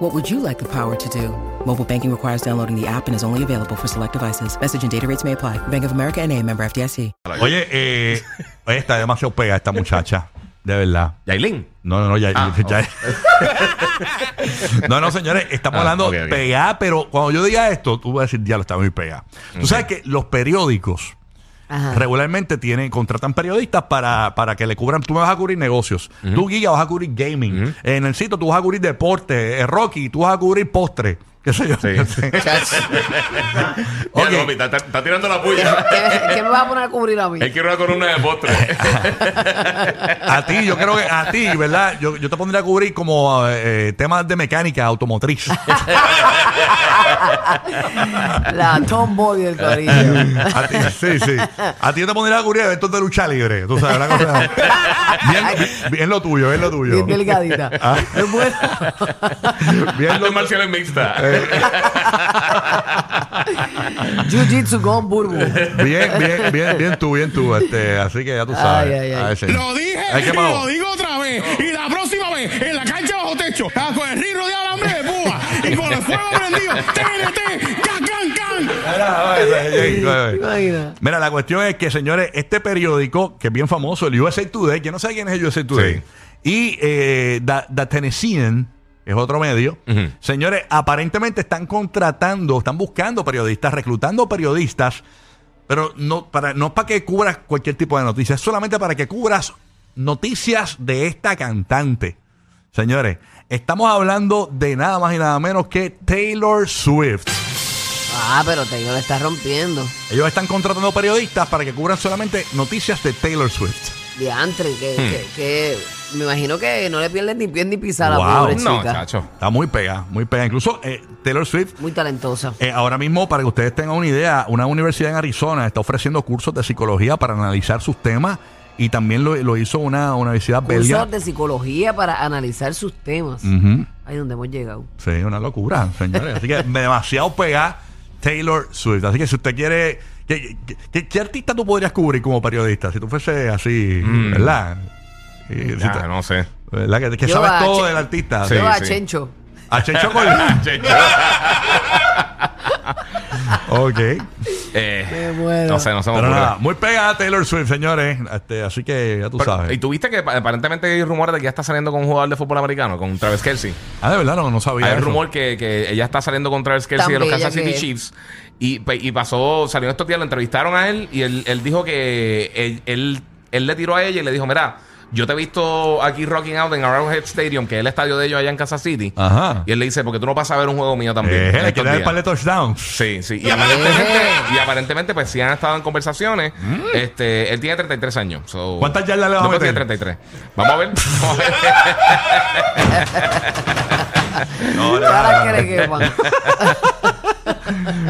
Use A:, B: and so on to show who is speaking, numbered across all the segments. A: What would you like the power to do? Mobile banking requires downloading the app and is only available for select devices. Message and data rates may apply. Bank of America and a member FDIC.
B: Oye, eh, oye, está demasiado pega esta muchacha. De verdad.
C: Yailin.
B: No, no, no, ya.
C: Ah,
B: ya- no, no, señores, estamos
C: Ah,
B: hablando
C: ok, ok.
B: pegada, pero cuando yo diga esto, tú vas a decir, ya lo está muy pegada. Tú sabes que los periódicos regularmente tienen, contratan periodistas para, para que le cubran. Tú me vas a cubrir negocios. Tú, Giga, vas a cubrir gaming. En el sitio, tú vas a cubrir deporte. Eh, Rocky, tú vas a cubrir postre. ¿Qué sé yo?
C: Mira,
B: Ok.
C: Romy, está, está- está tirando la puya.
D: ¿Qué, qué me va a poner a cubrir a mí?
C: Él quiere una columna de postre.
B: A ti, yo creo que a ti, ¿verdad? Yo, yo te pondría a cubrir como eh, temas de mecánica automotriz.
D: La tomboy del corillo.
B: A ti, sí, sí. A ti yo te pondría a cubrir eventos de lucha libre. Tú sabes, una cosa. Bien, bien lo tuyo, bien lo tuyo. Ah.
D: Bien delgadita. Es bueno.
B: Bien
C: Hazte
B: lo- Eh,
C: marciales mixta.
D: Jiu-jitsu con burbu.
B: Bien, bien, bien, bien tú, bien tú. Este, así que ya tú
D: Ay,
B: sabes.
D: ay, ay.
B: Ay, sí.
E: Lo dije
B: Ay, ¿qué
E: y
B: pasó?
E: lo digo otra vez. Y la próxima vez, en la cancha bajo techo, a- con el río de alambre de púa y con el fuego prendido, TNT, can, can, can.
B: Mira, ay, ay, ay, ay, ay.
D: Imagina.
B: Mira, la cuestión es que, señores, este periódico, que es bien famoso, el USA Today, que no sabe quién es el USA Today, y eh, The, The Tennessean, que es otro medio, señores, aparentemente están contratando, están buscando periodistas, reclutando periodistas, pero no para, no es para que cubras cualquier tipo de noticias, es solamente para que cubras noticias de esta cantante. Señores, estamos hablando de nada más y nada menos que Taylor Swift.
D: Ah, pero te digo, le está rompiendo.
B: Ellos están contratando periodistas para que cubran solamente noticias de Taylor Swift.
D: Diantre, que,
C: Hmm.
D: que, que me imagino que no le pierdes ni pie ni pisada,
B: Wow.
D: pobre
C: No,
D: chica.
C: chacho.
B: Está muy pega, muy pega. Incluso eh, Taylor Swift,
D: Muy talentosa.
B: eh, ahora mismo, para que ustedes tengan una idea, una universidad en Arizona está ofreciendo cursos de psicología para analizar sus temas y también lo, lo hizo una, una universidad belga.
D: Cursos de psicología para analizar sus temas.
B: Ujú.
D: Ahí donde hemos llegado.
B: Sí, una locura, señores. Así que demasiado pega Taylor Swift. Así que si usted quiere... ¿Qué, qué- qué- qué artista tú podrías cubrir como periodista? Si tú fuese así, ¿verdad? Y- si
C: Mm. Ya,
B: te-
C: no sé.
B: ¿Verdad? Que, que
D: Yo
B: sabes
D: a
B: todo
D: Che-
B: del artista.
C: Sí,
D: Yo a
C: sí.
D: Chencho.
B: A Checho Colín.
C: Che,
B: ok.
C: eh,
D: Qué bueno.
C: No sé, no se me
B: Pero
C: ocurre.
B: nada, muy pegada Taylor Swift, señores. Este, así que ya tú
C: Pero-
B: sabes.
C: y tuviste que pa- aparentemente hay rumores de que ya está saliendo con un jugador de fútbol americano, con Travis Kelsey.
B: Ah, de verdad, no, no sabía.
C: Hay un
B: eso. Eh,
C: rumor que, que ella está saliendo con Travis Kelsey
D: Tan
C: de los
D: bella
C: Kansas
D: que
C: City
D: es.
C: Chiefs. Y, pe- y pasó, salió en estos días, lo entrevistaron a él y él, él dijo que él, él, él le tiró a ella y le dijo, mira, yo te he visto aquí rocking out en Arrowhead Stadium, que es el estadio de ellos allá en Kansas City.
B: Ajá.
C: Y él le dice, porque tú no vas a ver un juego mío también.
B: Eh,
C: en
B: le
C: estos
B: quería dar
C: días?"
B: par de touchdowns.
C: Sí, sí. Y aparentemente, y aparentemente, pues sí han estado en conversaciones. Este, él tiene 33 años. so-
B: Mm. ¿Cuántas yardas le va a
C: No, pero
B: meter?
C: tiene 33. Vamos a ver. Vamos a ver.
B: No,
D: Cara que le queman.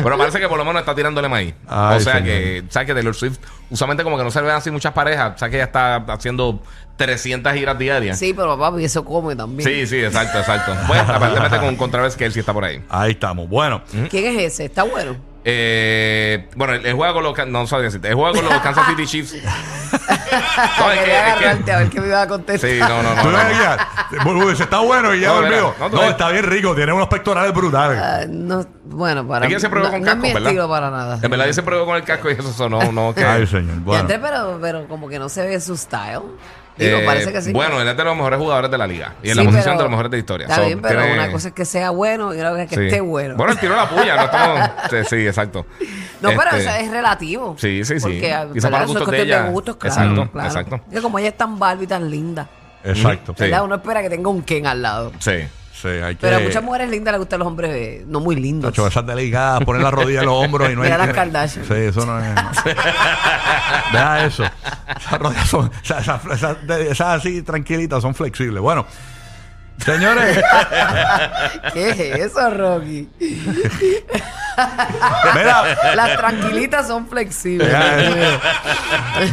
C: Pero parece que por lo menos está tirándole maíz.
B: Ay,
C: o sea
B: señor.
C: que, ¿sabes que Taylor Swift, usualmente como que no se le ven así muchas parejas, ¿sabes que ella está haciendo 300 giras diarias?
D: Sí, pero papi, eso come también.
C: sí, sí, exacto, exacto. Pues aparentemente con, con Travis Kelsey está por ahí.
B: Ahí estamos. Bueno,
D: ¿Quién es ese? ¿Está bueno?
C: Eh, bueno, el, el juego con los Can- no sabía decirte, el juego con los Kansas City Chiefs. No, es que-
D: Quería
C: es que-
D: agarrarte a ver qué me iba a contestar.
C: sí, no, no, no.
B: tú
C: no.
B: le dirías, "Bu- bu- se está bueno y ya
C: No,
B: dormido.
C: mira,
B: No,
C: no, tú ves.
B: está bien rico, tiene unos pectorales brutales.
D: Ah, no, bueno, para
C: Es que yo siempre
D: no,
C: veo con
D: no es
C: casco,
D: mi
C: ¿verdad?
D: estilo para nada.
C: En verdad yo siempre veo con el casco y eso sonó, no, que-
B: Ay, señor.
D: Y
B: Bueno.
D: Andrés, pero, pero como que no se ve su style. Digo,
C: Eh,
D: parece que sí.
C: Bueno, él es de los mejores jugadores de la liga y en
D: Sí,
C: la posición
D: pero-
C: de los mejores de la historia.
D: Está
C: So,
D: bien, pero
C: tiene-
D: una cosa es que sea bueno y otra cosa es que
C: Sí.
D: esté bueno.
C: Bueno, él tiró la puya, no estamos. Sí, sí, exacto.
D: no, pero
C: Este,
D: eso es relativo.
C: Sí, sí, sí.
D: Porque ah,
C: Quizá
D: ¿verdad?
C: para
D: Eso es
C: gustos de
D: cuestión
C: ella.
D: de gustos, claro.
C: Exacto,
D: claro.
C: exacto.
D: Es que como ella es tan barba y tan linda,
B: Exacto.
C: Sí.
B: Sí,
D: ¿verdad? Uno espera que tenga un Ken al lado.
B: hay que.
D: Pero a muchas mujeres lindas les gustan los hombres eh, no muy lindos.
B: Chacho, esas delicadas, poner la rodilla en los hombros y no hay.
D: Mira las
B: que-
D: Kardashian.
B: Sí, eso no es. Vea eso. Esas rodillas son. Esas, esas- esas- esas así tranquilitas son flexibles. Bueno, señores.
D: ¿Qué es eso, Rocky?
B: Mira,
D: Las tranquilitas son flexibles.
B: Ya,